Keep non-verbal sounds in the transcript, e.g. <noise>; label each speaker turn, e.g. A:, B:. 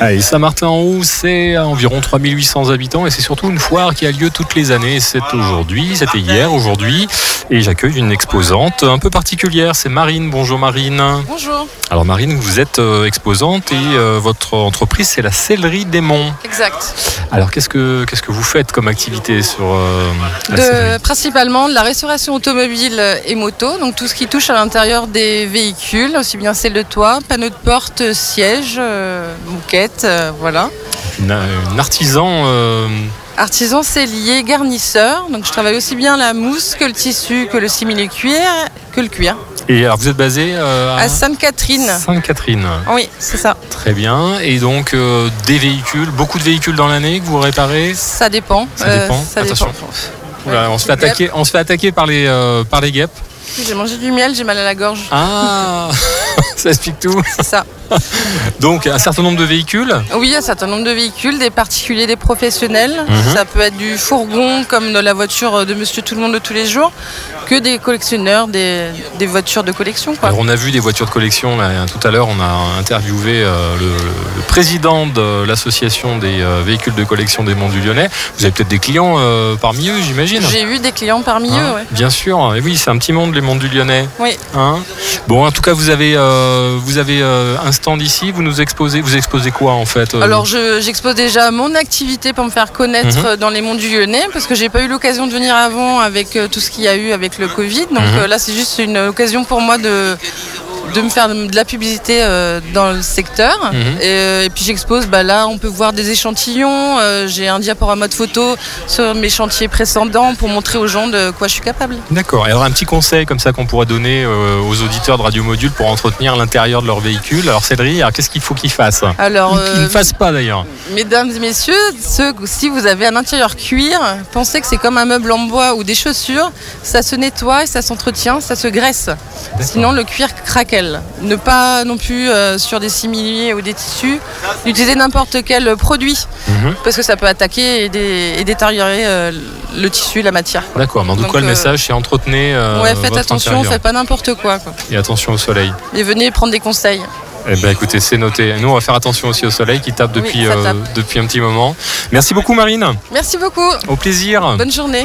A: Allez, Saint-Martin-en-Haut, c'est environ 3800 habitants et c'est surtout une foire qui a lieu toutes les années. C'est aujourd'hui, c'était hier, aujourd'hui. Et j'accueille une exposante un peu particulière, c'est Marine. Bonjour Marine.
B: Bonjour.
A: Alors Marine, vous êtes euh, exposante et euh, votre entreprise, c'est la Sellerie des Monts.
B: Exact.
A: Alors qu'est-ce que, qu'est-ce que vous faites comme activité sur euh, la
B: De,
A: sellerie
B: Ah, principalement de la restauration automobile et moto, donc tout ce qui touche à l'intérieur des véhicules, aussi bien celle de toit, panneaux de porte, sièges, euh, bouquettes, euh, voilà.
A: Une- un artisan euh,
B: Artisan cellier, garnisseur, donc je travaille aussi bien la mousse que le tissu, que le simili-cuir, que le cuir.
A: Et alors vous êtes basé euh,
B: À Sainte-Catherine.
A: Sainte-Catherine.
B: Oui, c'est ça.
A: Très bien. Et donc euh, des véhicules, beaucoup de véhicules dans l'année que vous réparez.
B: Ça dépend.
A: Ça dépend. Attention. Oula, on, se fait
B: Guêpes.
A: attaquer, on se fait attaquer par les, euh, par les guêpes.
B: J'ai mangé du miel, j'ai mal à la gorge.
A: Ah <laughs> Ça explique tout.
B: C'est ça.
A: Donc un certain nombre de véhicules.
B: Oui, il y a un certain nombre de véhicules, des particuliers, des professionnels.
A: Mhm.
B: Ça peut être du fourgon, comme de la voiture de monsieur tout le monde de tous les jours, que des collectionneurs, des, des voitures de collection. Quoi.
A: Alors on a vu des voitures de collection là, hein, tout à l'heure, on a interviewé euh, le, le président de l'association des euh, véhicules de collection des Monts du Lyonnais. Vous avez peut-être des clients euh, parmi eux, j'imagine.
B: J'ai eu des clients parmi
A: Hein,
B: eux. ouais.
A: Bien sûr, et oui, c'est un petit monde les Monts du Lyonnais.
B: Oui,
A: hein. bon, en tout cas, vous avez, euh, vous avez euh, un stand ici. Vous nous exposez, vous exposez quoi en fait euh,
B: alors je- j'expose déjà mon activité pour me faire connaître
A: Mhm.
B: euh, dans les mondes du Lyonnais, parce que j'ai pas eu l'occasion de venir avant avec euh, tout ce qu'il y a eu avec le Covid. Donc
A: Mhm.
B: euh, là, c'est juste une occasion pour moi de de me faire de la publicité euh, dans le secteur.
A: Mhm.
B: Et, euh, et puis j'expose, bah, là on peut voir des échantillons, euh, j'ai un diaporama de photos sur mes chantiers précédents pour montrer aux gens de quoi je suis capable.
A: D'accord. Et Alors un petit conseil comme ça qu'on pourrait donner euh, aux auditeurs de Radio Module pour entretenir l'intérieur de leur véhicule. Alors Cédric, alors, qu'est-ce qu'il faut qu'ils fassent
B: Alors,
A: Qu'ils qu'ils ne
B: euh,
A: fassent pas d'ailleurs.
B: mesdames et messieurs, ceux, si vous avez un intérieur cuir, pensez que c'est comme un meuble en bois ou des chaussures, ça se nettoie, ça s'entretient, ça se graisse. Sinon le cuir craquelle. Ne pas non plus euh, sur des similiers ou des tissus, utiliser n'importe quel produit,
A: Mhm.
B: parce que ça peut attaquer et, dé- et détériorer euh, le tissu, la matière.
A: D'accord, mais en tout
B: Donc,
A: cas, le
B: euh,
A: message, c'est entretenez euh,
B: ouais, faites
A: votre
B: attention,
A: intérieur.
B: faites pas n'importe quoi, quoi.
A: Et attention au soleil.
B: Et venez prendre des conseils.
A: Eh bien, écoutez, c'est noté. Nous, on va faire attention aussi au soleil qui tape
B: Oui,
A: depuis,
B: ça
A: euh,
B: tape.
A: depuis un petit moment. Merci beaucoup, Marine.
B: Merci beaucoup.
A: Au plaisir.
B: Bonne journée.